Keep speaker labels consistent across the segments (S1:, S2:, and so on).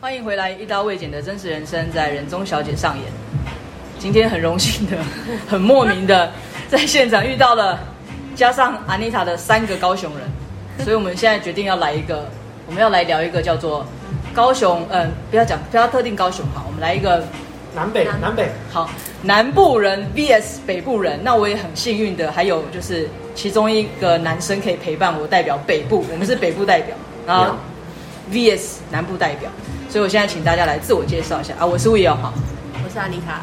S1: 欢迎回来，《一刀未剪的真实人生》在人中小姐上演。今天很荣幸的，很莫名的，在现场遇到了加上安妮塔的三个高雄人，所以我们现在决定要来一个，我们要来聊一个叫做高雄，嗯、不要讲，不要特定高雄好，我们来一个
S2: 南北
S3: 南
S2: 南北，
S1: 好，南部人 VS 北部人，那我也很幸运的，还有就是其中一个男生可以陪伴我代表北部，我们是北部代表，然后 VS 南部代表，所以我现在请大家来自我介绍一下啊，我是 Will 好
S3: 我是阿妮卡，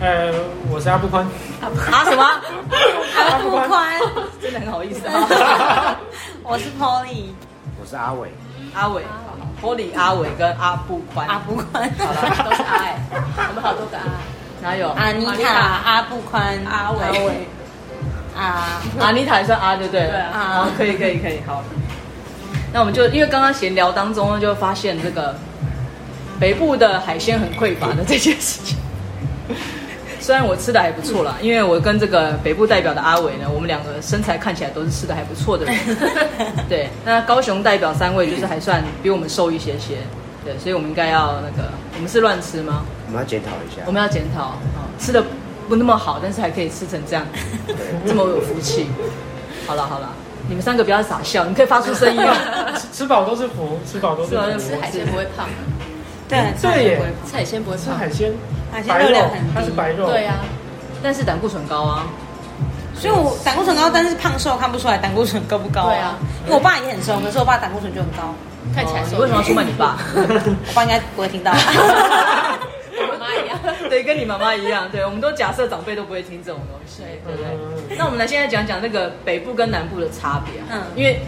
S2: 呃，我是阿布宽，
S1: 啊什么，
S2: 阿布宽，
S3: 宽，
S1: 真的很好意思 啊，
S3: 我是 Polly，
S2: 我是阿伟，
S1: 阿伟，玻璃阿伟跟阿布宽，
S3: 阿布宽，
S1: 好了
S3: 都是阿欸，我们好多个阿，
S1: 哪有
S3: 阿啊妮
S1: 妮
S3: 卡、
S1: 塔
S3: 阿布宽、阿
S1: 伟
S3: 伟、阿
S1: 阿妮塔也算阿对不对？
S3: 对啊
S1: 好，可以可以可以，好。那我们就因为刚刚闲聊当中呢，就发现这个北部的海鲜很匮乏的这件事情。 虽然我吃的还不错啦，因为我跟这个北部代表的阿伟呢，我们两个身材看起来都是吃的还不错的人。对，那高雄代表三位就是还算比我们瘦一些些，对，所以我们应该要那个，我们是乱吃吗？
S4: 我们要检讨一下
S1: 我。们要检讨，哦吃的不那么好，但是还可以吃成这样，这么有福气。好了好了，你们三个不要傻笑，你可以发出声音 哦。
S2: 吃吃饱都是福，吃饱都是
S1: 吃饱都是
S2: 福
S1: 福。
S4: 啊
S3: 吃海鲜不会胖，
S5: 对，
S2: 对耶，
S3: 吃海鲜不会
S2: 吃
S3: 胖，
S2: 海鲜，
S5: 海鲜
S2: 白
S5: 热
S2: 肉
S5: 量很低，
S2: 它是白肉，
S3: 对
S4: 啊
S3: 啊呀，
S1: 但是胆固醇高啊，
S5: 所以我胆固醇高，但是胖瘦看不出来胆固醇高不高、
S3: 对啊，
S5: 因为我爸也很瘦，可是我爸胆固醇就很高，
S3: 看起来
S1: 哦
S3: 瘦。
S1: 你为什么要出卖你 爸？
S5: 我爸应该不会听到。
S3: 跟我妈一样？
S1: 对，跟你妈妈一样，对，我们都假设长辈都不会听这种东西，对
S2: 呃
S1: 不对？那我们来现在讲讲那个北部跟南部的差别、啊。嗯
S5: 嗯，
S1: 因为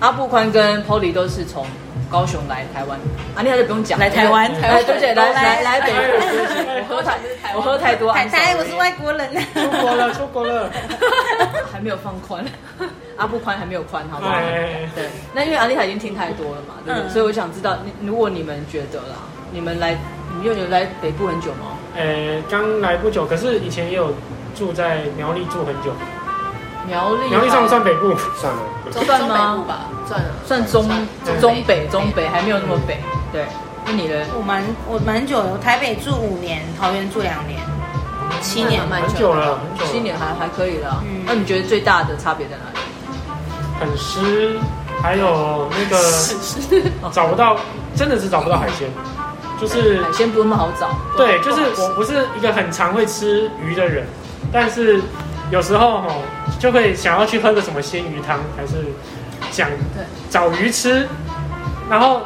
S1: 阿布宽跟 Polly 都是从高雄来台湾，啊，那他就不用讲
S5: 来台湾
S1: 哎，对不起，来来来北
S2: 哎
S1: 部，
S2: 哎
S1: 对不起
S2: 哎
S1: 我喝太我喝太多，
S5: 海
S1: I'm
S5: 苔，我
S1: sorry
S5: 是外国人。
S2: 出国了，出国了，
S1: 还没有放宽，阿布宽还没有宽，好不好？
S2: 哎，
S1: 对，那因为阿丽塔已经听太多了嘛，对不对？
S5: 嗯
S1: 所以我想知道，你如果你们觉得啦，你们来，你们有有来北部很久吗？
S2: 呃，刚来不久，可是以前也有住在苗栗住很久，
S1: 苗栗，
S2: 苗栗算不算北部？
S4: 算了，
S3: 中
S1: 算
S3: 中
S1: 吗
S3: 北部吧，算了，
S1: 算中
S2: 算
S1: 中北中北，还没有那么北。对，那你呢？
S5: 我蛮我蛮久了，台北住五年，桃园住两年，七年
S3: 嗯。
S2: 很久了，很久了，
S1: 七年还还可以啦
S5: 嗯。
S1: 那你觉得最大的差别在哪里？
S2: 很湿，还有那个找不到，真的是找不到海鲜，就是
S1: 哦海鲜不那么好找。
S2: 对，
S1: 不
S2: 就
S1: 好
S2: 是
S1: 吃
S2: 我不是一个很常会吃鱼的人，但是有时候吼就会想要去喝个什么鲜鱼汤，还是想
S3: 对
S2: 找鱼吃，然后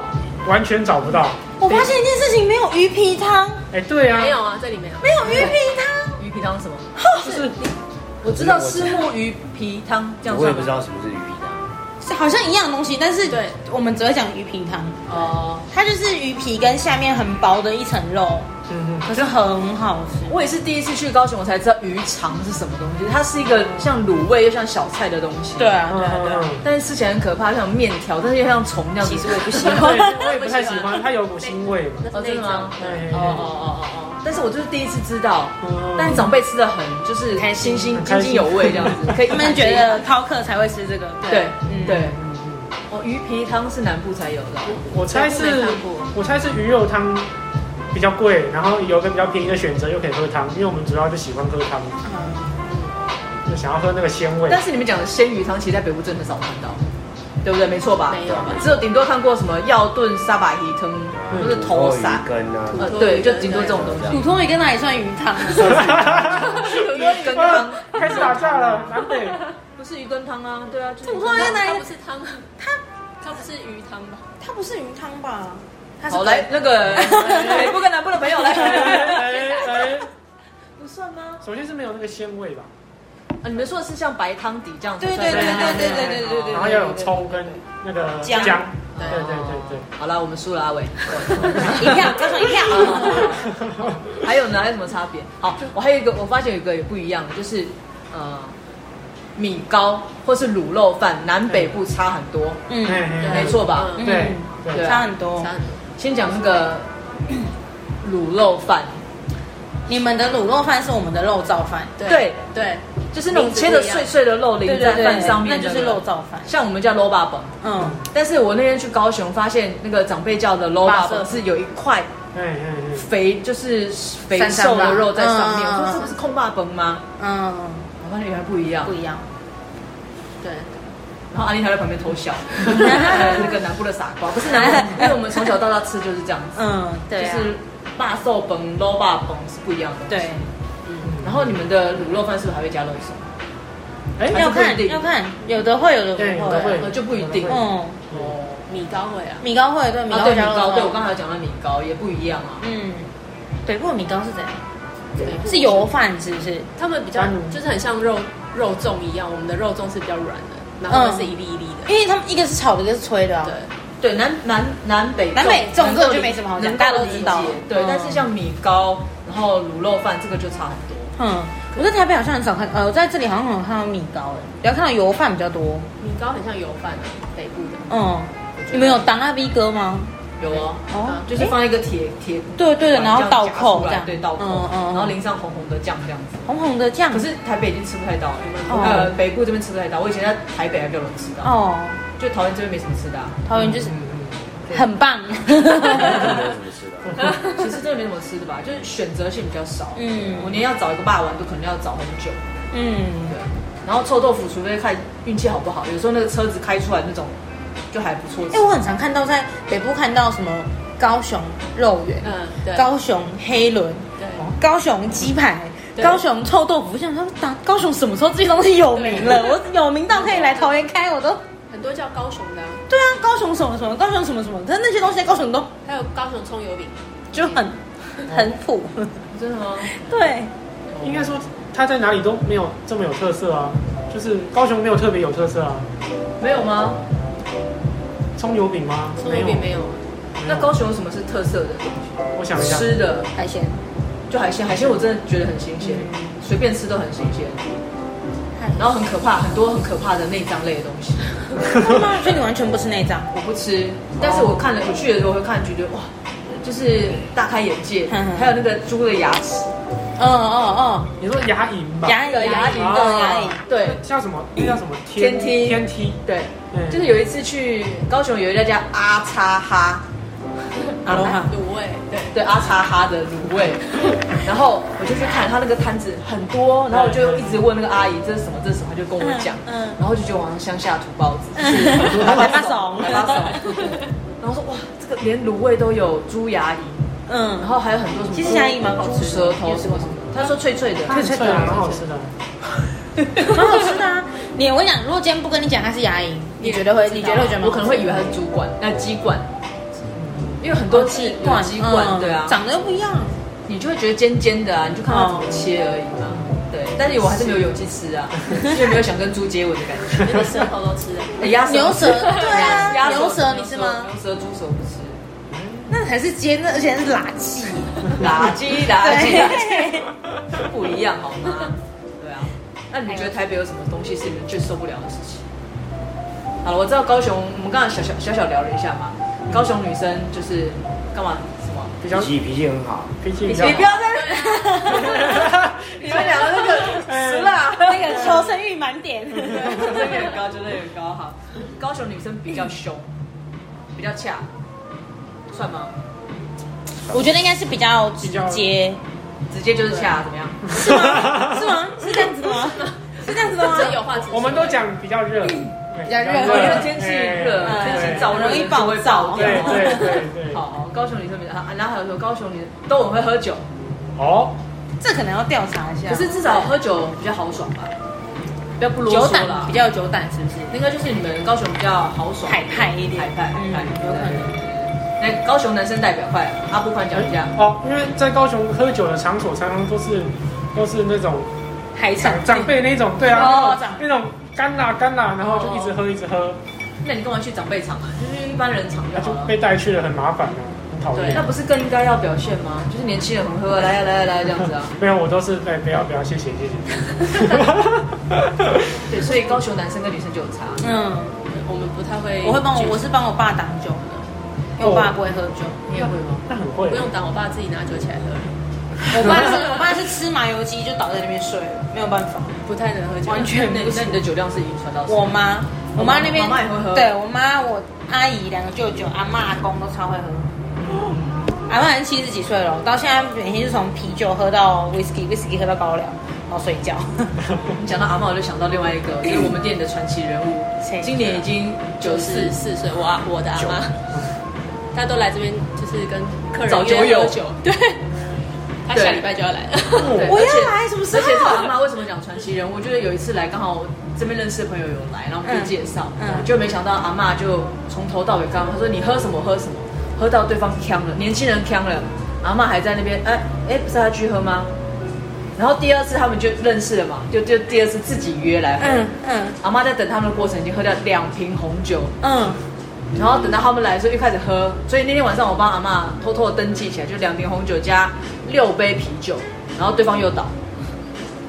S2: 完全找不到。
S5: 我发现一件事情，没有鱼皮汤，
S2: 哎，对啊
S3: 没，有啊，这里没有。
S5: 没有鱼皮汤，
S1: 鱼皮汤是什么？
S2: 就是
S1: 我知道虱目鱼皮汤这样
S4: 我也
S1: 算
S4: 不知
S1: 吗？
S4: 道什么是鱼啊皮汤。
S5: 是好像一样的东西，但是
S3: 对
S5: 我们只会讲鱼皮汤，
S1: 哦，
S5: 它就是鱼皮跟下面很薄的一层肉，
S2: 嗯
S5: 可是很好吃。
S1: 我也是第一次去高雄，我才知道鱼肠是什么东西。它是一个像卤味又像小菜的东西。
S5: 对啊，
S2: 嗯
S5: 对啊，对啊。
S2: 嗯，
S1: 但是吃起来很可怕，像面条，但是又像虫这样子。
S5: 其实我也不喜
S2: 对，
S5: 欢
S2: 我也不太喜欢，它有股腥味哎嘛。
S3: 那
S1: 哦，真的吗？
S2: 对
S1: 哦哦哦哦哦！但是我就是第一次知道，
S2: 嗯
S1: 但是长辈吃的很就是
S5: 开
S1: 心
S5: 心
S1: 心
S2: 很
S1: 津
S2: 开
S1: 津
S2: 心
S1: 有味这样 子，可以一
S5: 他们
S1: 盘接
S5: 觉
S1: 一
S5: 得
S1: 盘
S5: 饕客才会吃这个，
S1: 对
S5: 嗯
S1: 对
S2: 嗯嗯
S1: 哦，鱼皮汤是南部才有的，
S2: 我猜
S3: 我没
S2: 是
S3: 看过，
S2: 我猜是鱼肉汤比较贵，然后有个比较便宜的选择，又可以喝汤，因为我们主要就喜欢喝汤，
S5: 嗯
S2: 就想要喝那个鲜味。
S1: 但是你们讲的鲜鱼汤，其实在北部真的很少看到，对不对？没错吧？
S3: 没有吧
S1: 只有顶多看过什么药炖沙巴鱼汤，
S4: 嗯
S1: 就是头沙
S4: 鱼，羹啊，
S1: 呃，对，就顶多这种东西。
S5: 土托鱼跟哪里算鱼汤？
S1: 鱼羹汤
S2: 开始打架了，南北。
S1: 不是鱼羹汤啊，对啊，就是
S5: 土托鱼跟哪
S3: 它
S5: 里
S3: 不？是汤，
S5: 它
S3: 它不是鱼汤吧？
S5: 它不是鱼汤吧？它是
S1: 好来那 个哎北部跟南部的朋友 来。
S2: 哎哎，
S1: 不算吗？
S2: 首先是没有那个鲜味吧，
S1: 啊，你们说的是像白汤底这样子？
S5: 对
S1: 算
S5: 对
S1: 吗
S5: 对对对对对对对
S2: 然后要有葱跟那个
S5: 姜
S2: 姜，
S3: 对
S2: 对对对。
S1: 好了，我们输了阿伟。
S5: 一票，高雄一票。
S1: 还有呢？还有什么差别？好，我还有一个，我发现有一个也不一样，就是呃，米糕或是卤肉饭，南北部差很多。
S2: 对，
S5: 嗯，
S2: 哎
S1: 没错吧
S3: 嗯
S2: 对对
S1: 对
S2: 对，
S5: 啊差很多
S3: 差。很多
S1: 先讲那个卤肉饭，
S5: 你们的卤肉饭是我们的肉燥饭，
S1: 对
S3: 对，
S1: 就是那种切的碎碎的肉淋在饭上面
S5: 那
S1: 的
S5: 就是肉。燥饭。
S1: 像我们叫 loba 本，
S5: 嗯，
S1: 但是我那天去高雄发现那个长辈叫的 loba
S5: 色
S1: 本是有一块
S2: 嗯嗯
S1: 肥，就是肥
S5: 三三
S1: 瘦
S5: 吧
S1: 的肉在上面。
S5: 嗯
S1: 我说这不是空霸本吗？
S5: 嗯，
S1: 我发现原来不一样
S5: 不。一样。
S3: 对，
S1: 然后阿丽还在旁边偷 笑， 还有那个南部的傻瓜，不是南部，因为我们从小到大吃就是这样子，
S5: 嗯， 对啊
S1: 就，是霸寿本、loba 本是不一样的。
S5: 对。，
S2: 嗯
S1: 然后你们的卤肉饭是不是还会加肉松？
S2: 哎
S1: 还
S5: 要
S1: 是不一
S5: 看
S1: 定
S5: 要看，有的会，有的
S2: 对，
S5: 不
S2: 我都
S5: 会。
S2: 会
S1: 呃就不一定
S2: 我都会
S5: 嗯，
S1: 哦，
S3: 米糕会啊，
S5: 米糕会对米
S1: 啊
S5: 糕
S1: 对米
S5: 加肉
S1: 糕，
S5: 燥
S1: 对我刚才有讲到米糕也不一样啊。
S5: 嗯，北部的米糕是怎样？
S3: 对
S5: 是油饭是不是？
S3: 他们比较
S2: 单独
S3: 就是很像肉肉粽一样，我们的肉粽是比较软的，然后它是一粒一粒的，
S5: 嗯因为他们一个是炒的，一个是吹的啊。
S3: 对，
S1: 对，南南南北
S5: 南北
S1: 粽
S5: 粽这个就没什么好讲
S1: 能够
S5: 大家都知道
S1: 理解对
S5: 嗯，
S1: 但是像米糕，然后卤肉饭这个就差很多。
S5: 嗯，我在台北好像很少看，呃，我在这里好像很少看到米糕，哎，比较看到油饭比较多。
S3: 米糕很像油饭啊，北部的，
S5: 嗯，你们有当阿 V 哥吗？
S1: 有啊，
S5: 哦，
S1: 就是放一个铁铁
S5: 对对的，
S1: 碗
S5: 然后
S1: 这样
S5: 倒
S1: 夹
S5: 扣
S1: 出
S5: 这
S1: 来
S5: 样，嗯
S1: 对倒扣，然后淋上红红的酱这样子。
S5: 红红的酱。
S1: 可是台北已经吃不太到了，
S5: 嗯哦
S1: 呃，北部这边吃不太到。我以前在台北还比较能吃到，
S5: 哦，
S1: 就桃园这边没什么吃的啊。
S5: 桃园就是
S2: 嗯嗯
S5: 很 棒。
S4: 没有什么吃的。啊
S1: 其实真的没什么吃的吧，就是选择性比较少。
S5: 嗯
S1: 我连要找一个霸王都可能要找很久。
S5: 嗯，
S1: 对，然后臭豆腐除非看运气好不好，有时候那个车子开出来那种就还不错吃。
S5: 哎，我很常看到在北部看到什么高雄肉圆、
S3: 嗯，对，
S5: 高雄黑轮、
S3: 对，
S5: 高雄鸡排、
S3: 对
S5: 高雄臭豆腐，我想说，打高雄什么时候这些东西有名 了？我有名到可以来桃园开，我都
S3: 很多叫高雄的啊，
S5: 对啊，高雄什么什么，高雄什么什么，但那些东西在高雄都
S3: 还有高雄葱油饼，
S5: 就很很普，
S1: 真的吗？
S5: 对，
S2: 嗯应该说它在哪里都没有这么有特色啊，就是高雄没有特别有特色啊，
S1: 没有吗？
S2: 葱油饼吗？
S3: 葱油饼没有，
S1: 那高雄有什么是特色的？
S2: 我想一下，
S1: 吃的
S5: 海鲜
S1: 就海鲜，海鲜我真的觉得很新鲜，
S5: 嗯
S1: 随便吃都很新鲜
S5: 海。
S1: 然后很可怕，很多很可怕的内脏类的东西，
S5: 所以你完全不吃内脏，
S1: 我不吃。但是我看了，我去的时候会看，觉得哇，就是大开眼界
S5: 嗯嗯。
S1: 还有那个猪的牙齿，
S5: 嗯嗯
S2: 你说牙龈吧？
S5: 嗯，牙有牙龈
S2: 啊
S5: 的牙龈，
S1: 哦对
S2: 叫什么？那叫什么？
S1: 天梯
S2: 天梯。
S1: 对，
S2: 嗯
S1: 就是有一次去高雄有一家叫阿叉哈，
S5: 阿罗哈，
S3: 卤味，对，
S1: 对阿叉哈的卤 味，然后我就去看他那个摊子很多，然后我就一直问那个阿姨这是什么，这是什么，她就跟我讲，
S5: 嗯嗯
S1: 然后就觉得我好像乡下土包子， 就是
S5: 来巴手，
S1: 来巴手，然后说哇，这个连卤味都有猪牙龈，然
S5: 嗯，
S1: 后还有很多什么，
S5: 其实牙龈蛮好吃的
S1: 猪舌头什么什么，他说脆脆的，
S2: 很脆啊，蛮好吃的。
S5: 蛮好吃的啊。你我跟你讲，如果今天不跟你讲它是牙龈，你觉得会，你觉得会觉得吗？
S1: 我可能会以为它是猪冠，那鸡冠，因为很多鸡
S5: 断
S1: 鸡冠，对啊，
S5: 嗯长得又不一样，
S1: 你就会觉得尖尖的啊，你就看它
S5: 嗯
S1: 怎么切而已嘛。对，但是我还是没有勇气吃 啊，因为没有想跟猪接吻的感觉。
S3: 连舌头都吃了，
S1: 哎鸭舌
S5: 啊牛舌对啊
S1: 鸭舌
S5: 牛舌你吃吗
S1: 牛舌、猪舌不吃。
S5: 那才是尖的，而且是垃圾。
S1: 垃圾，垃圾，垃圾，
S5: 对，
S1: 不一样好吗？对啊，那你觉得台北有什么东西是你们最受不了的事情？好了，我知道高雄，我们刚刚小小小小聊了一下嘛，高雄女生就是干嘛什么？
S2: 比较
S4: 脾气脾气很好，
S2: 脾气
S1: 你
S2: 比
S1: 不
S2: 较
S1: 要
S2: 好。
S1: 再，你们两个那个死啦，
S5: 哎那个求生欲满点。
S1: 真的很高，真的很高哈。高雄女生比较凶，比较恰，算吗？
S5: 我觉得应该是比较直
S2: 比较
S5: 接，
S1: 直接就是恰，怎么样？
S5: 是吗？是吗？是这样子的吗？啊是这样子的吗？
S3: 真有话直说，
S2: 我们都讲比较热，比
S5: 较热
S1: 因为天气热，
S5: 哎
S1: 天气燥热
S5: 容易
S1: 人就会
S5: 暴躁
S1: 爆
S2: 对
S1: 掉。
S2: 对对对。
S1: 好， 好高雄女生比较，啊然后还有说高雄女生都很会喝酒，
S2: 哦，
S5: 这可能要调查一下。
S1: 可是至少喝酒比较豪爽吧，比较不啰
S5: 酒
S1: 嗦
S5: 胆
S1: 啦
S5: 比。较有酒胆，是不是？
S1: 应该就是你们高雄比较豪爽，
S5: 海派一点，
S1: 海派，海派，
S5: 嗯，有
S1: 有
S5: 可
S1: 可
S5: 能。
S1: 能。那高雄男生代表快，阿布宽讲一下。
S2: 哦，因为在高雄喝酒的场所常常都是都是那种
S5: 海产
S2: 长长辈那种，对啊，
S5: 哦长
S2: 那种干啦干啦，然后就一直喝一直喝，
S1: 那你干嘛去长辈场啊？就是一般人场啊就
S2: 那
S1: 好
S2: 就
S1: 了。
S2: 被带去了，很麻烦啊，很讨
S1: 哦对，那
S2: 厌。
S1: 不是更应该要表现吗？就是年轻人很喝，来呀、来呀、来呀、这样子啊。
S2: 没有，我都是哎，不要不要，谢谢谢 谢。
S1: 对，所以高雄男生跟女生就有差。
S5: 嗯，
S3: 我们不太会，
S5: 我会帮我，我是帮我爸挡酒
S1: 哦
S5: 的，因为我爸不会喝酒。
S1: 你也会吗？
S2: 那很会
S3: 不，用挡，我爸自己拿酒起来喝，
S5: 我爸是，我爸是吃麻油鸡就倒在那边睡了，没有办法。
S3: 不太能喝酒，
S1: 完全不是你的酒量是已经传到
S5: 我妈，我妈那边，
S1: 哦我妈也会喝
S5: 对我妈，我阿姨两个舅舅、阿妈、阿公都超会喝。阿妈已经七十几岁了，到现在每天是从啤酒喝到 whisky，whisky 喝到高粱，然后睡 觉。
S1: 你讲到阿妈，我就想到另外一个，就是我们店里的传奇人物
S5: 嗯谁，
S1: 今年已经九
S3: 九
S1: 四
S3: 十，四岁，我啊我的阿妈，大家都来这边就是跟客
S1: 找
S3: 人
S1: 酒
S3: 约
S1: 友
S3: 喝酒，对，他
S1: 对
S3: 下礼拜就要来了，
S1: 对而
S5: 我
S1: 且
S5: 要来什么啊时
S1: 而
S5: 候
S1: 且这个阿妈为什么讲传奇人物？就是有一次来，刚好我这边认识的朋友有来，然后我们就介绍，
S5: 嗯嗯
S1: 就没想到阿妈就从头到尾刚，她说你喝什么喝什么，喝到对方呛了，年轻人呛了，阿妈还在那边，哎、哎、不是他去喝吗？然后第二次他们就认识了嘛，就就第二次自己约来喝。
S5: 嗯嗯
S1: 阿妈在等他们的过程已经喝掉两瓶红酒，
S5: 嗯，
S1: 然后等到他们来的时候又开始喝，所以那天晚上我帮阿妈偷偷的登记起来，就两瓶红酒加六杯啤酒，然后对方又倒，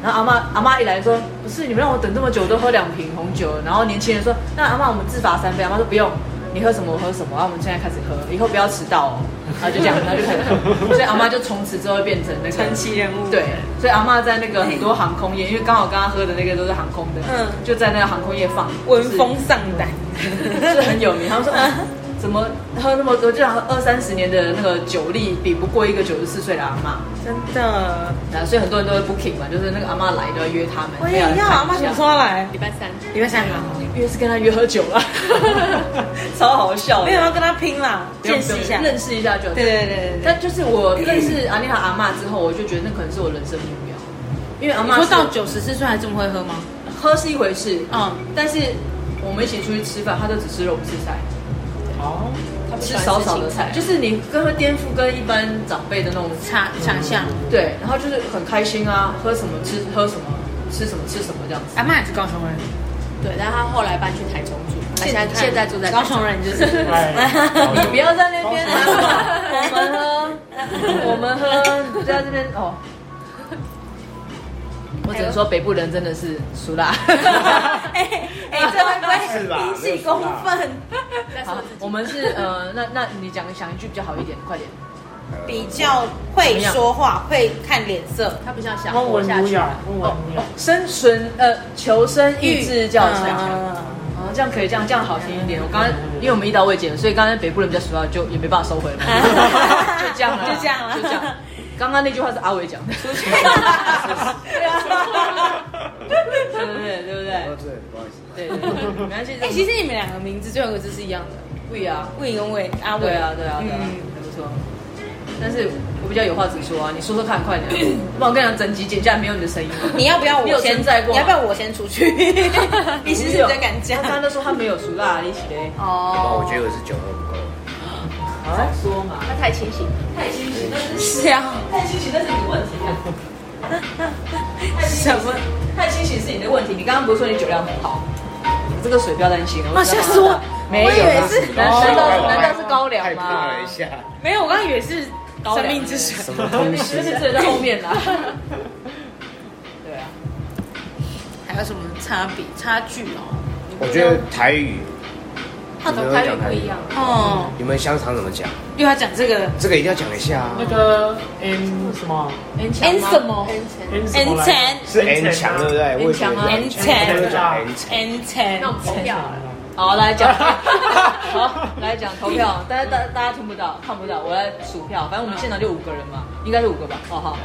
S1: 然后阿妈阿妈一来说，不是你们让我等这么久都喝两瓶红酒，然后年轻人说，那阿妈我们自罚三杯，阿妈说不用，你喝什么我喝什么，然后我们现在开始喝，以后不要迟到哦，然后就这样，然后就开始喝，所以阿妈就从此之后变成那 个
S5: 传奇人物。
S1: 对，所以阿妈在那个很多航空业，因为刚好刚刚喝的那个都是航空的，
S5: 嗯
S1: 嗯，就在那个航空业放
S5: 闻风丧胆，
S1: 是 很有名。他们说、啊怎么喝那么多，就想喝二三十年的那个酒力比不过一个九十四岁的阿妈。
S5: 真的，
S1: 啊，所以很多人都会 booking 嘛，就是那个阿妈来都要约他们。
S5: 我也要。阿妈什么时候要来？
S3: 礼拜三，
S5: 礼拜三啊，
S1: 约是跟他约喝酒 啦，超好笑的。
S5: 没有要跟他拼啦，
S1: 不用
S5: 见识一下
S1: 不用。认识一下就好。
S5: 对对对对对。
S1: 但就是我认识阿丽塔阿妈之后，我就觉得那可能是我人生目标，因为阿
S5: 你
S1: 妈
S5: 说
S1: 是
S5: 到九十四岁还这么会喝吗？
S1: 喝是一回事，
S5: 嗯，
S1: 但是我们一起出去吃饭，他都只吃肉不吃菜。
S2: 哦，
S3: 他不喜
S1: 吃
S3: 欢
S1: 少少
S3: 青
S1: 的菜
S3: 菜，，
S1: 就是你跟会颠覆跟一般长辈的那种
S5: 想想象，
S1: 对，然后就是很开心啊，喝什么吃喝什么，吃什么吃什么这样子。
S5: 阿妈也是高雄人，
S3: 对，但他后来搬去台中住，他现在现在住在
S5: 高雄人，就是。
S2: 哎
S1: 你不要在那边、啊，
S5: 哦
S1: 我们喝， 我们 喝，你不要在这边哦。我只能说北部人真的是俗辣。
S5: 哎哎，这会不
S4: 是吧
S5: 会引起公愤？
S3: 在
S1: 好
S3: 说自，己
S1: 我们是呃，那那你讲想一句比较好一点，快点。
S5: 比较会说话，会看脸色。
S3: 他比较想
S2: 温
S3: 活
S2: 文
S3: 下
S2: 儒
S3: 去
S2: 雅
S3: 吧，，
S2: 温文
S1: 哦
S2: 儒雅
S1: 哦，，生存呃，求生意志较强。
S5: 嗯
S1: 哦，这样可以，这样这样好听一点。我刚刚因为我们一刀未剪，所以刚才北部人比较熟啊，就也没办法收回了， 就这样了，
S5: 就这样了
S1: 就这样。刚刚那句话是阿伟讲 的，对不对？对不
S4: 哦
S1: 对？
S4: 对，不好意思，
S1: 对对对，没关系。
S5: 哎，其实你们两个名字最后一个字是一样的，
S1: 贵啊，
S5: 魏跟魏，阿伟
S1: 对啊，对啊，对啊，
S5: 嗯
S1: 还不错。但是我比较有话直说啊，你说说看， 快点，不然我跟你讲，整集剪下来没有你的声音。
S5: 你要不要
S1: 你有
S5: 我先
S1: 存在过
S5: 你要不要我先出去？ 你其实比较敢讲
S1: 他。刚刚都说他没有熟辣，你起嘞？
S4: 哦，
S5: 哦
S4: 我觉得我是酒喝不够，
S1: 好说嘛，
S3: 他太清醒，
S1: 太清醒，但是
S5: 是啊，
S1: 太清醒那是你的问 题、啊。太清醒
S5: 什么？
S1: 太清醒是你的问题。你刚刚不是说你酒量很好？你这个水不要担心哦。
S5: 啊吓 死我
S1: 没有
S5: 我以为
S1: 啦哦
S5: 是
S1: 难难道是难道是高
S4: 害
S1: 粱
S4: 怕
S1: 吗
S4: 了一？下，
S5: 没有，我刚刚以为是
S1: 高粱
S5: 生命之水。
S4: 什么 东西
S1: 就是？醉在后面啦。对啊，
S5: 还有什么差别差距哦？
S4: 我觉得台语，
S3: 他
S4: 你
S3: 从
S4: 们
S3: 台
S4: 会
S3: 语
S4: 讲
S3: 不一样，
S5: 哦，
S4: 你们香肠怎么讲？
S5: 又要讲这个了。
S4: 这个一定要讲一下啊
S2: 那，个 N 什么啊
S1: 很
S5: N 什？么
S2: N 什么
S5: ？N
S2: 来？
S5: ten
S4: 是 N 强对不对？我也觉得
S1: N
S5: 强啊
S4: N 强 N 强
S5: N
S3: 那我
S5: ten，
S3: 们投票了，
S1: 好，来 讲，好，来讲投票，大家大大家听不到，看不到，我来数票，反正我们现场就五个人嘛，应该是五个吧？哦好，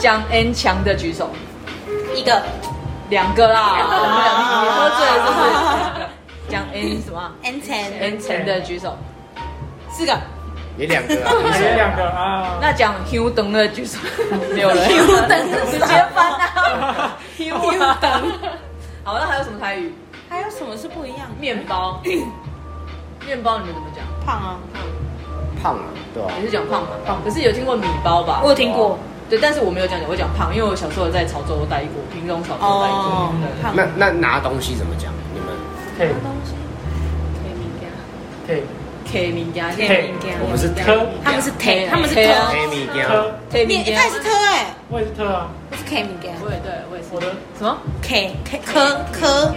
S1: 讲 N 强的举手，
S5: 一个
S1: 两个啦，我们两个你喝醉了是
S5: 啊
S1: 不是？讲 N 什么啊
S5: N ten，
S1: ？N 强的举手，
S5: 四个
S4: 也两个 啊，
S2: 还有两个啊，
S1: 那讲 Hugh 等的 举手，没有人。
S5: Hugh 灯是
S1: 直
S5: 什么
S1: 接翻啊
S5: Hugh 灯。
S1: 好，那还有什么台语？
S5: 还有什么是不一样？
S1: 面包，面包你们怎么讲？
S5: 胖啊，
S1: 哦
S4: 胖啊，对吧？
S1: 也是讲胖嘛？胖。可是有听过米包吧
S5: 我？有听过。
S1: 对，但是我没有讲，我讲胖，因为我小时候在潮州待过，屏东潮州待过
S5: 哦。
S1: 对
S5: 胖
S4: 那那拿东西怎么讲？你们
S2: 可以
S3: 可以明
S1: 啊
S3: 天
S2: 可以，
S1: K 名家，
S2: K
S4: 我们是
S2: 科
S5: 他们是 T，他们是 T，
S1: K 啊
S4: 黑米
S2: 科
S4: 浆，，
S1: K 名
S5: 面
S1: 家
S5: 他也。是 T 哎，
S2: 我也是特啊，
S5: 不是 K 名家
S1: 我也对，我也是。
S2: 我的
S1: 什么
S5: K K 科科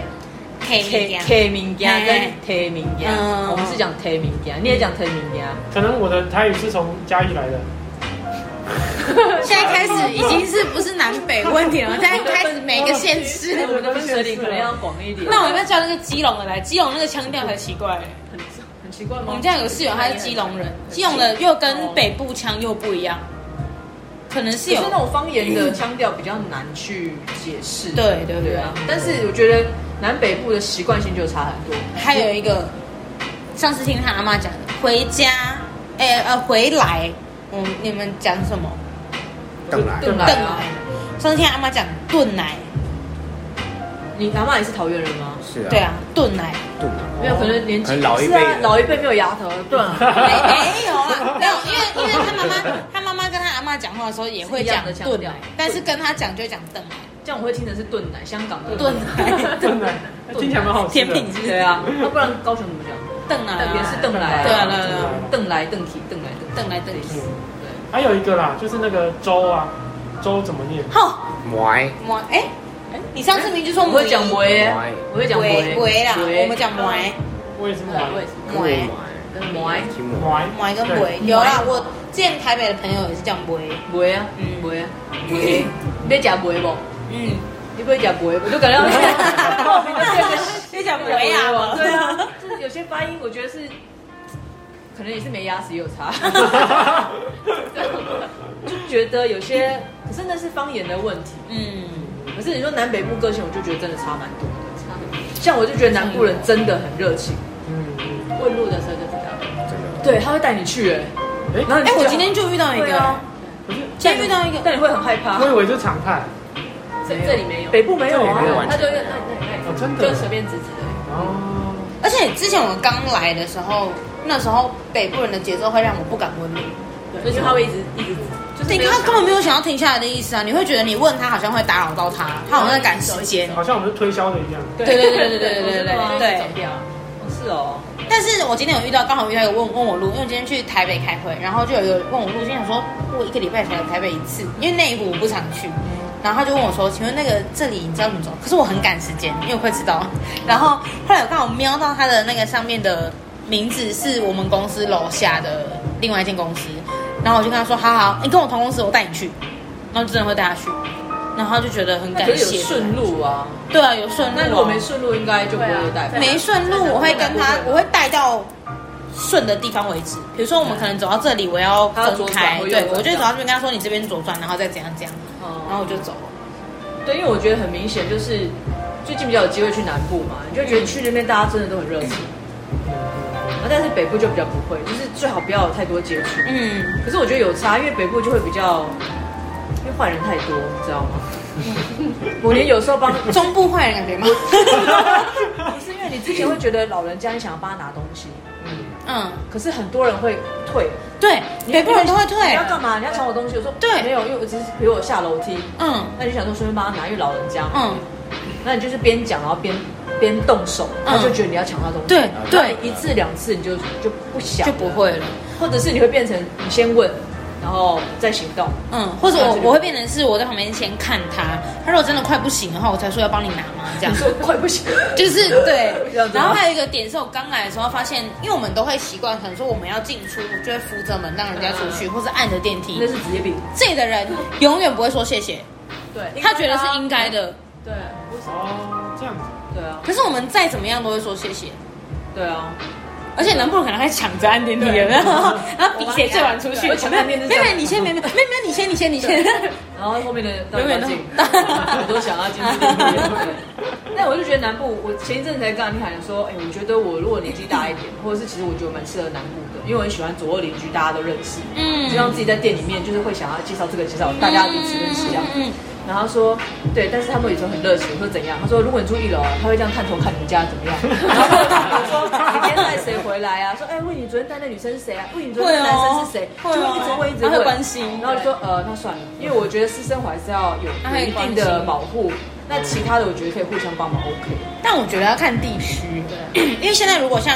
S5: K 名
S1: K
S5: 家，
S1: K 名家跟 T 名家，
S5: 嗯
S1: 我们是讲 T 名家，你也讲 T 名家。
S2: 可能我的台语是从嘉义来的，
S5: 现在开始已经是不是南北问题了，现在开始每个县市。
S1: 我们的分水岭可能要广一点。
S5: 那我要不要叫那个基隆的来？基隆那个腔调才奇怪。
S1: 很很奇怪吗？
S5: 我们家有个室友，他是基隆人，基隆的又跟北部腔又不一样，可能是
S1: 就
S5: 有
S1: 是那种方言的腔调比较难去解释。
S5: 对对
S1: 对
S5: 对
S1: 啊，但是我觉得南北部的习惯性就差很多。
S5: 还有一个，上次听他阿妈讲的，回家，哎、呃回来，嗯，你们讲什么？
S4: 邓来，
S1: 邓来
S5: 炖
S1: 啊
S5: 奶。上次听阿妈讲炖奶，
S1: 你阿妈也是桃园人吗？
S4: 是啊，
S5: 对啊，炖奶，
S4: 邓来，
S1: 没有，可能年
S4: 可
S1: 纪
S4: 能老一
S1: 是
S4: 辈
S1: 啊，老一辈没有牙头，对啊，
S5: 没没有啊，没有，因为因为他妈妈，他妈妈跟他阿妈讲话的时候也会
S1: 是一样
S5: 讲
S1: 的腔
S5: 炖
S1: 调
S5: 奶，但是跟他讲就会讲炖奶，
S1: 这样我会听的是炖奶，香港的
S5: 炖奶，
S2: 真的听起来蛮好吃
S5: 甜
S2: 的。
S5: 品是不
S1: 对
S5: 是？
S1: 啊，那不然高雄怎么讲？
S5: 炖奶啊
S1: 也是邓来啊，
S5: 对啊对啊对啊，
S1: 邓来邓体邓来邓
S5: 炖来炖去
S2: 嗯，，还有一个啦，就是那个粥啊，粥怎么念？
S5: 好，
S4: 麦
S5: 我哎，哎你上次明就说
S1: 我会讲
S5: 梅，
S1: 梅，我会讲梅
S5: 梅梅啦，
S1: 梅
S5: 我们讲梅
S2: 我也是
S1: 对啊我也是
S2: 麦，
S5: 梅。
S1: 梅
S4: 听麦，
S2: 麦
S5: 买跟
S2: 对
S5: 梅有啦，我之前台北的朋友也是叫梅，
S1: 梅啊，
S5: 嗯
S1: 梅啊，梅，你要讲梅不？
S5: 嗯，
S1: 你不会讲梅，我就感觉到莫名的变得
S5: 你讲梅啊，
S1: 对啊，就是有些发音，我觉得是，可能也是没牙齿也有差，就觉得有些，可是那是方言的问题。
S5: 嗯，
S1: 可是你说南北部个性，我就觉得真的差蛮多的，差很多。像我就觉得南部人真的很热情，
S2: 嗯，嗯
S1: 问路的时候就知道，
S4: 真的，
S1: 对，他会带你去哎、
S2: 哎
S1: 然后你
S5: 哎，
S1: 就
S5: 我今天就遇到一
S1: 对
S5: 个
S1: 啊，，
S2: 不是，
S5: 今天遇到一个，
S1: 但你会很害怕
S2: 我。以为是常态。
S1: 这这里没有，北部没有
S2: 这里
S1: 啊
S2: 没有完，
S1: 他
S4: 全
S1: 就那那
S2: 哦
S1: 那
S2: 真的
S1: 就随便指指而
S2: 哦，
S5: 而且之前我刚来的时候，那时候北部人的节奏会让我不敢问路，
S1: 已，就是他会一直一直就是
S5: 对，
S1: 没有
S5: 他根本没有想要停下来的意思啊，你会觉得你问他好像会打扰到他，他好像在赶时间，
S2: 好像我们是推销的一样。
S1: 对
S5: 对对对对对对对对
S1: 对
S5: 对
S1: 对，走掉哦是哦。
S5: 但是我今天有遇到，刚好遇到一个问问我路，因为我今天去台北开会，然后就有一个人问我路，心想说，我一个礼拜才来台北一次，因为内湖我不常去。然后他就问我说：“请问那个这里你知道怎么走？”可是我很赶时间，因为我快迟到。然后后来我刚好瞄到他的那个上面的名字是我们公司楼下的另外一间公司，然后我就跟他说：“好好，你跟我同公司，我带你去。”然后真的会带他去，然后他就觉得很感
S1: 可是
S5: 谢。
S1: 有顺路啊，
S5: 对啊，有顺路啊、
S1: 那如果没顺路，应该就不会带吧。
S5: 没顺路，我会跟他，我会带到顺的地方为止。比如说，我们可能走到这里，我要
S1: 他要
S5: 分
S1: 左转
S5: 开，
S1: 或右
S5: 对
S1: 转
S5: 我就走到这边跟他说你这边左转，然后再怎样怎样，然
S1: 哦，
S5: 后我就走了。
S1: 对，因为我觉得很明显，就是最近比较有机会去南部嘛，你就觉得去那边大家真的都很热情。啊但是北部就比较不会，就是最好不要有太多接触。
S5: 嗯，
S1: 可是我觉得有差，因为北部就会比较，因为坏人太多，你知道吗？
S5: 嗯
S1: 我连有时 候帮，
S5: 中部坏人感觉吗？
S1: 不是因为你之前会觉得老人家你想要帮他拿东西，
S5: 嗯，
S1: 可是很多人会退，
S5: 对，北部人都会退
S1: 你。要干嘛？你要抢我东西？我说
S5: 对
S1: 没有，因为我只是陪我下楼梯。
S5: 嗯
S1: 那你想说顺便帮他拿，因为老人家嘛，
S5: 嗯，嗯
S1: 那你就是边讲然后边边动手，他就觉得你要抢他东西。
S5: 对对，
S1: 一次两次你就就不想
S5: 就不，会了。
S1: 或者是你会变成你先问，然后再行动。
S5: 嗯，或者我我会变成是我在旁边先看他，他如果真的快不行的话，我才说要帮你拿嘛，这 样
S1: 你。说快不行，
S5: 就是对
S1: 这样，子吗
S5: 然后还有一个点是我刚来的时候发现，因为我们都会习惯，可能说我们要进出，就会扶着门让人家出去，或是按着电
S1: 那
S5: 梯
S1: 是。职业病。
S5: 这里的人永远不会说谢谢，
S1: 对
S5: 他觉得是应该的。
S1: 对，为什么？
S2: 哦，这样子。
S1: 对啊，
S5: 可是我们再怎么样都会说谢谢，
S1: 对啊，
S5: 而且南部人可能还抢着按电梯，有没有 然后比谁最晚出去。
S1: 我前面面是这
S5: 妹
S1: 样
S5: 妹你先，妹妹妹妹你先，你先，你先。
S1: 然后后面的都
S5: 永远
S1: 要
S5: 都
S1: 进， 我都想要进去那边。对但我就觉得南部，我前一阵子才跟你喊说，哎、我觉得我如果年纪大一点，或者是其实我觉得我蛮适合南部的，因为我很喜欢左右邻居，大家都认识，
S5: 嗯
S1: 就让自己在店里面就是会想要介绍这个介绍，大家彼此认识这样。
S5: 嗯，
S1: 然后他说，对，但是他们有时候很热情，我说怎样？他说如果你住一楼啊，他会这样探头看你们家怎么 样。然后我说你今天带谁回来啊？说哎，问你昨天带那女生是谁啊？问你昨天带那男生是谁？
S5: 会哦
S1: 就会一直问一直
S5: 他会
S1: 问，
S5: 关心
S1: 然后就说呃，那算了，因为我觉得私生活还是要有
S5: 他会
S1: 有一定
S5: 关
S1: 的
S5: 心
S1: 保护。那其他的我觉得可以互相帮忙，OK。
S5: 但我觉得要看地区， 因为现在如果像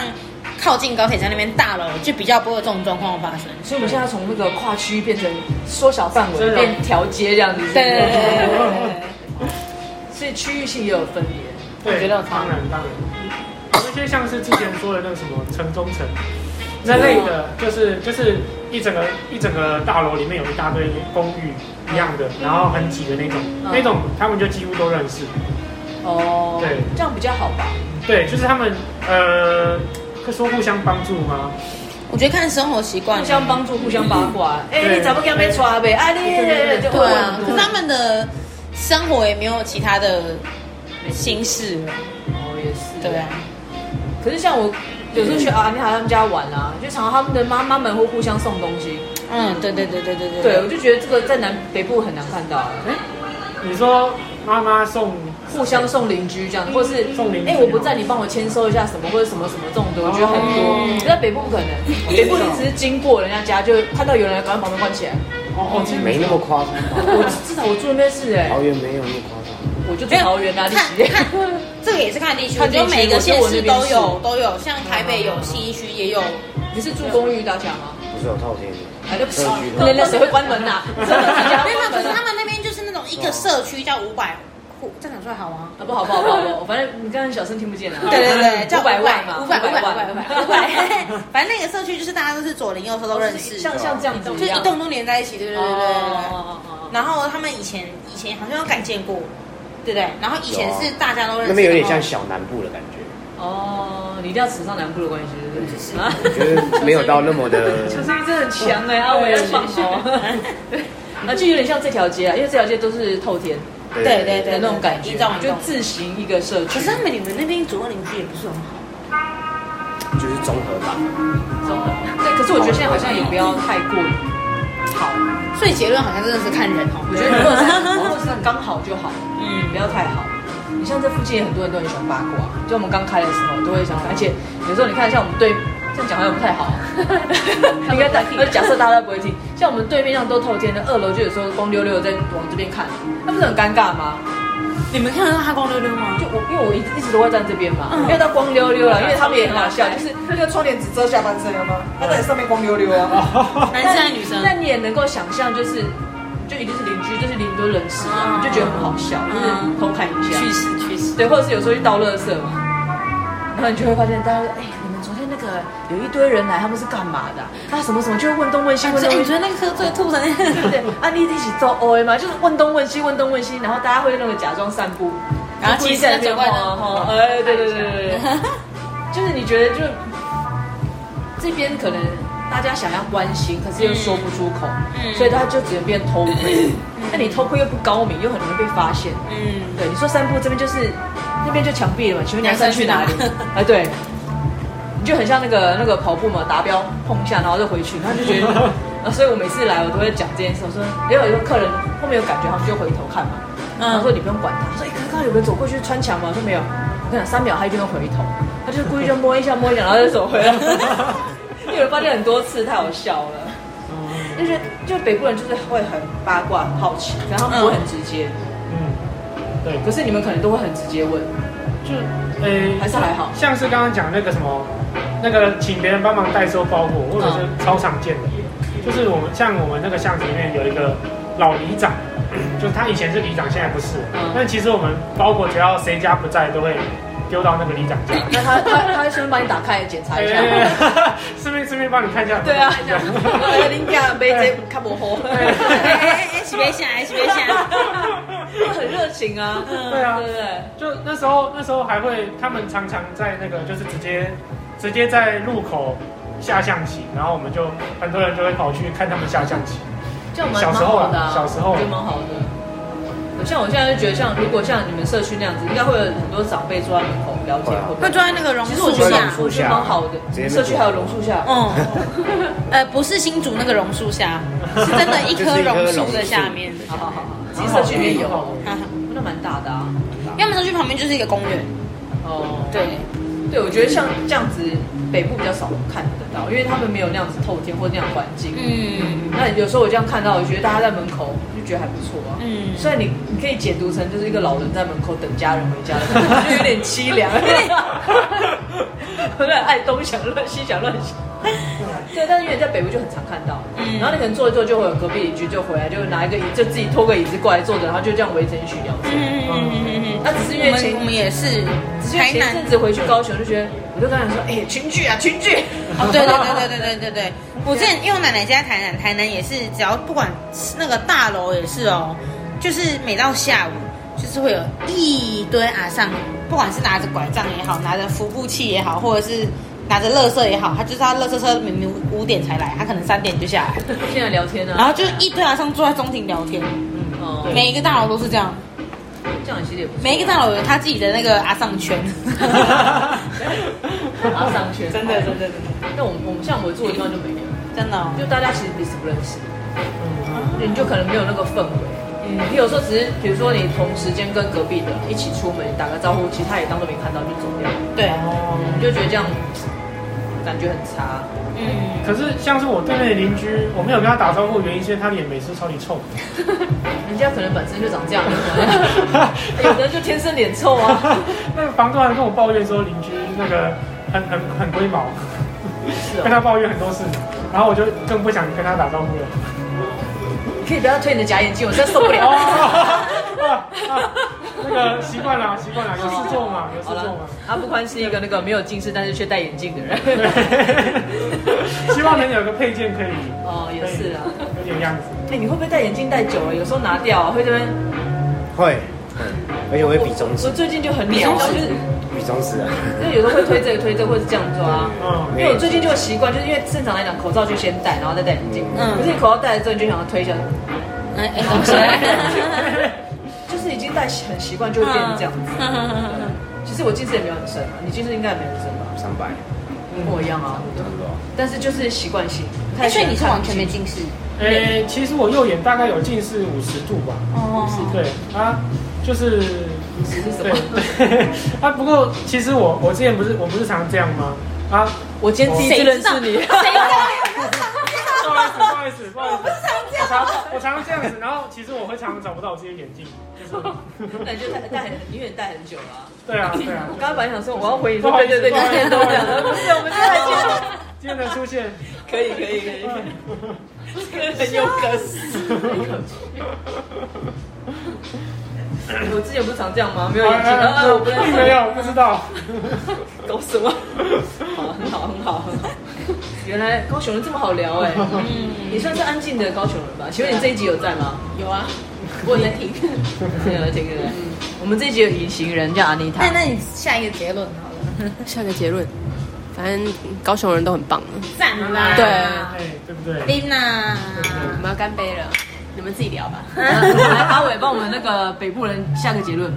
S5: 靠近高铁站那边大楼，就比较不会有这种状况发生。
S1: 所以我们现在从那个跨区变成缩小范围，
S2: 真的
S1: 变条街这样子。
S5: 对对对对对
S1: 是不是
S5: 对
S1: 所以区域性也有分别。
S2: 对，
S5: 我觉得有差
S2: 当然当然，有一些像是之前说的那个什么城中城，啊那类的，就是就是一整个一整个大楼里面有一大堆公寓一样的，然后很挤的那种，
S1: 嗯
S2: 那种他们就几乎都认识。
S1: 哦，
S2: 对
S1: 这样比较好吧？
S2: 对，就是他们呃，可以说互相帮助吗？
S5: 我觉得看生活习惯，啊
S1: 互相帮助，互相八卦。哎、
S2: 对
S1: 你怎么跟他们抓呗？啊，你
S2: 对对对
S1: 就
S5: 对啊。可
S1: 问
S5: 是他们的生活也没有其他的心事了，
S1: 哦，也是。
S5: 对啊。。
S1: 可是像我有时候去阿尼塔他们家玩啊，就常常他们的妈妈们会互相送东西。
S5: 嗯，对对对对对对
S1: 对，我就觉得这个在南北部很难看到啊。
S2: 哎你说妈妈送
S1: 互相送邻居这样，或是
S2: 嗯送邻居
S1: 哎、我不在，你帮我签收一下什么，或者什么什么这种的，我觉得很
S5: 嗯
S2: 哦
S1: 多。在北部不可能，北部你只是经过人家家，就看到有人赶快把门关起来。
S2: 哦哦，这
S4: 没那么夸张
S2: 哦
S1: 我
S4: 吧？
S1: 至少我住那边是哎、
S4: 桃园没有那么夸张，
S1: 我就住桃园啊，
S5: 看
S1: 你
S5: 看，这个也是看地区，我
S1: 看地
S5: 觉
S1: 区
S5: 得每个县市
S1: 我
S5: 都
S1: 觉得我那边是
S5: 有
S1: 嗯
S5: 都有，像台北有，信义区 也有，
S1: 你是住公寓大厦吗？
S4: 不是有套天的，
S1: 哎，那不是
S4: 社区，
S1: 那
S4: 的
S1: 那谁会关门啊呐？真的谁家
S5: 没
S1: 会关
S5: 有，可
S1: 门
S5: 是他
S1: 啊？
S5: 们那边就是那种一个社区叫五百户，这样讲出来好吗？
S1: 啊，不好不好不 好不好，反正你刚才小声听不见啊。
S5: 对对对，叫
S1: 五百万嘛，
S5: 五百五百五百
S1: 万
S5: 五百五 百， 反正那个社区就是大家都是左邻右舍都认识，
S1: 像像这样子
S5: 就
S1: 一
S5: 一
S1: 样。
S5: 栋栋连在一起，对对对对对对。
S1: 哦哦哦
S5: 然后他们以前以前好像有改建过，对不对？然后以前是大家都认识，
S4: 那边有点像
S5: 然后
S4: 小南部的感觉，
S1: 哦，你一定要扯上南部的关系，对 不对？啊，
S4: 我觉得没有到那么的。
S1: 求生欲真的很强哎，阿伟要放哦。 啊，就有点像这条街啊，因为这条街都是透天
S5: 对对
S1: 的
S5: 对
S1: 那种感觉
S5: 一种，
S1: 就自行一个社区
S5: 可是。他们你们那边左右邻居也不是很好。
S4: 就是综合吧。
S1: 对，可是我觉得现在好像也不要太过于好，
S5: 所以结论好像真的是看人哦。
S1: 我觉得如果是如果是刚好就好。
S5: 嗯
S1: 不要太好。你像这附近很多人都很喜欢八卦，就我们刚开的时候都会想，而且有时候你看，像我们对这样讲好像不太 好，应该大，而假设大家都不会听。像我们对面上都透天的二楼，就有时候光溜溜在往这边看，那不是很尴尬吗？
S5: 你们看得到他光溜溜吗？
S1: 就我因为我一直一直都会站这边
S5: 嗯
S1: 嘛，因为他光溜溜
S5: 啊
S1: 了，因为他们也很好笑，就是那个窗帘只遮下半身了吗？他在上面光溜溜啊。
S5: 嗯 男生还是女生？
S1: 那你也能够想象，就是就一定是邻居，就是邻多人识嘛，
S5: 嗯
S1: 你就觉得很好笑，就是
S5: 嗯
S1: 偷看一下。
S5: 去世去世。
S1: 对，或者是有时候去倒垃圾嘛，然后你就会发现大家说，哎、你们昨天那个有一堆人来，他们是干嘛的啊、那什么什么就会问东问西，
S5: 哎，
S1: 问
S5: 你
S1: 东问西。
S5: 觉得那个喝醉吐成那
S1: 对不对
S5: 样？
S1: 啊，你一起做 O A 嘛，就是问东问西，问东问西，然后大家会那个假装散步，
S5: 然后
S1: 就故意
S5: 其实
S1: 在那边
S5: 走过来
S1: 晃啊晃啊，哎，对对对对对，就是你觉得就这边可能大家想要关心，可是又说不出口，
S5: 嗯
S1: 所以他就只能变偷窥。那你偷窥又不高明，又很容易被发现，
S5: 嗯，
S1: 对，你说散步这边就是那边就墙壁了嘛，请问你要散去哪里
S5: 男生去？
S1: 啊，对，你就很像那个那个跑步嘛，达标碰一下，然后就回去，然后就觉得，啊，所以我每次来我都会讲这件事，我说也有一个客人后面有感觉，他们就回头看嘛，然后说你不用管他，他说哎，刚刚有个走过去穿墙嘛，我说没有，我跟你讲三秒他一定会回头，他就是故意就摸一下摸一下，然后就走回来， 因为我发现很多次太好笑了。
S2: 哦
S1: 就是就北部人就是会很八卦、很好奇，然后他们不会很直接。
S2: 嗯，对，
S1: 可是你们可能都会很直接问，
S2: 就呃
S1: 还是还好
S2: 像是刚刚讲那个什么，那个请别人帮忙代收包裹，或
S1: 嗯
S2: 者是超常见的，就是我们像我们那个巷子里面有一个老里长， 就是他以前是里长，现在不是
S1: 嗯，
S2: 但其实我们包裹只要谁家不在，都会丢到那个里长 家。
S1: 那他他他会顺便帮你打开检查一下。
S2: 哎 顺便顺便帮你看一下，
S1: 对啊， 林家杯这看不好，
S5: 哎哎哎，起别想，哎，起别想。
S1: 很热情啊，
S2: 对啊
S1: 对不对？
S2: 就那时候，那时候还会，他们常常在那个就是直接直接在路口下象棋，然后我们就很多人就会跑去看他们下象棋。
S1: 这样蛮
S2: 小
S1: 蛮
S2: 时候
S1: 好的
S2: 啊
S1: 啊，，
S2: 小时候
S1: 我觉得蛮好的。像我现在就觉得，像如果像你们社区那样子，应该会有很多长辈坐在门口了解，
S4: 会啊
S1: 会不
S5: 会
S1: 会？
S5: 坐在那个榕
S1: 其实我
S5: 树
S1: 觉得
S5: 下
S1: 蛮，我觉得蛮好的，你
S4: 直接
S1: 们
S4: 那
S1: 社区还有榕树下，
S5: 嗯，呃，不是新竹那个榕树下，是真的一棵榕树的下面。
S1: 好好好好，其实社区里面有
S2: 蛮，好
S5: 哈哈
S1: 那蛮大的啊。
S5: 要么社区旁边就是一个公园，
S1: 哦，对。
S5: 对，
S1: 对，我觉得像这样子，北部比较少看得到，因为他们没有那样子透天或那样环境。
S5: 嗯
S1: 那有时候我这样看到，我觉得大家在门口就觉得还不错啊。
S5: 嗯，
S1: 虽然你你可以解读成就是一个老人在门口等家人回家的感觉，就有点凄 凉，有点 有点爱东想乱西想乱想。对，但是因为在北部就很常看到，
S5: 嗯
S1: 然后你可能坐一坐，就会有隔壁邻居就回来，就拿一个椅，就自己拖个椅子过来坐着，然后就这样围着一起聊
S5: 嗯
S1: 天。
S5: 嗯嗯嗯嗯嗯。
S1: 那只是因
S5: 我
S1: 为
S5: 们
S1: 前
S5: 我们也是
S1: 只是
S5: 台
S1: 前一
S5: 南
S1: 阵子回去高雄就觉得，我就跟他说，哎、群聚啊，群聚。
S5: 哦，对对对对对对对对，我之前因为我奶奶家在台南，台南也是，只要不管那个大楼也是哦，就是每到下午，就是会有一堆阿上，不管是拿着拐杖也好，拿着服务器也好，或者是拿着垃圾也好，他就是他垃圾车明明五点才来，他可能三点就下来，
S1: 现在聊天啊，
S5: 然后就是一堆阿上坐在中庭聊天，
S1: 哦，
S5: 每一个大楼都是这样，
S1: 这样其实也不错
S5: 每一个大楼有他自己的那个阿上圈，
S1: 阿上圈
S5: 真的真的真的
S1: 但我们我们像我住的地方就没有，
S5: 真的哦、
S1: 就大家其实彼此不认识，你就可能没有那个氛围。嗯你有时候只是，比如说你同时间跟隔壁的一起出门，打个招呼，其实他也当做没看到就走掉，
S5: 对，
S1: 你就觉得这样感觉很差。
S5: 嗯，
S2: 可是像是我对面的邻居，我没有跟他打招呼，原因是他脸每次超级臭。
S1: 人家可能本身就长这样， 有的人就天生脸臭啊。
S2: 那个房东还跟我抱怨说邻居那个很很很龟毛，
S1: 是
S2: 跟
S1: 哦，
S2: 他抱怨很多事，然后我就更不想跟他打招呼了。
S1: 你可以不要推你的假眼镜，我真的受不了。
S2: 哦， 啊啊那个习惯了，习惯了，有事做嘛，有事
S1: 好
S2: 做
S1: 了
S2: 嘛。，
S1: 阿不宽是一个那个没有近视但是却戴眼镜的 人。
S2: 对， 希望能有个配件可以。
S1: 哦，也是啊。
S2: 有点样子。
S1: 哎、你会不会戴眼镜戴久了？有时候拿掉、啊、会这边。
S4: 会，嗯而且我会比中
S1: 我
S4: 指
S1: 我，最近就很鸟，
S5: 比中
S1: 就是
S5: 指
S4: 比中指啊。
S1: 就是有时候会推这个推这个，或者是这样抓。
S2: 嗯，
S1: 因为我最近就有习惯，就是因为正常来讲，口罩就先戴，然后再戴眼镜。
S5: 嗯
S1: 可是你口罩戴了之后，你就想要 推一下，
S5: 哎哎，怎么起 来？
S1: 就是已经戴很习惯，就会变成这样子。
S5: 嗯。
S1: 其实我近视也没有很深啊，你近视应该也没有很深吧？
S4: 上百，
S1: 跟我一样啊，
S4: 差不多。
S1: 但是就是习惯性。不太
S5: 哎，所
S1: 喜
S5: 以
S1: 欢
S5: 你是
S1: 看
S5: 完全
S1: 镜
S5: 没近视？
S2: 诶、呃其实我右眼大概有近视五十度吧。
S5: 哦，
S2: 对啊，就是
S1: 只是什
S2: 对
S1: 么？
S2: 对 啊。不过其实我我之前不是我不是常这样吗？啊，
S1: 我今天第一次认识你
S5: 谁知。道有没有常这样？
S2: 不好意思，不好意思，不好意
S5: 我不是
S2: 思。
S5: 常这
S2: 我常我
S5: 样。
S2: 常这样子，然后其实我会常常找不到我自己的眼镜， 就是
S1: 那你就戴戴很，你也戴很久了啊、
S2: 对啊对啊
S1: 我。刚刚本来想说我要回你
S2: 不
S1: 说，
S2: 好
S1: 对
S2: 意思
S1: 对对，你
S2: 不好意
S1: 之
S2: 思
S1: 前都这样的，不是我们现在见面。
S2: 今天的出 现，啊
S1: 可以可以可以，很有梗我之前不是常这样吗？没有眼镜，啊，我不认
S2: 并
S1: 识，
S2: 没，有，不知道。
S1: 搞什么？好，很好很好。原来高雄人这么好聊哎，
S5: 嗯
S1: 你算是安静的高雄人吧？请问你这一集有在吗？
S3: 有啊，我能听。
S1: 没有，听对不对？我们这一集有隐形人叫阿妮塔
S5: 那。那你下一个结论好了，
S3: 下个结论，反正高雄人都很棒。
S5: 赞啦！
S3: 对
S2: 哎，对不对？
S5: ，Lina，
S3: 我们要干杯了，你们自 己聊吧。
S1: 来，阿伟帮我们那个北部人下个结论。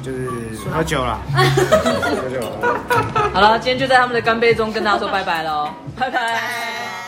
S4: 就是喝酒了，喝酒了。啊
S1: 好了，今天就在他们的干杯中跟大家说拜拜喽，拜拜。
S5: 拜。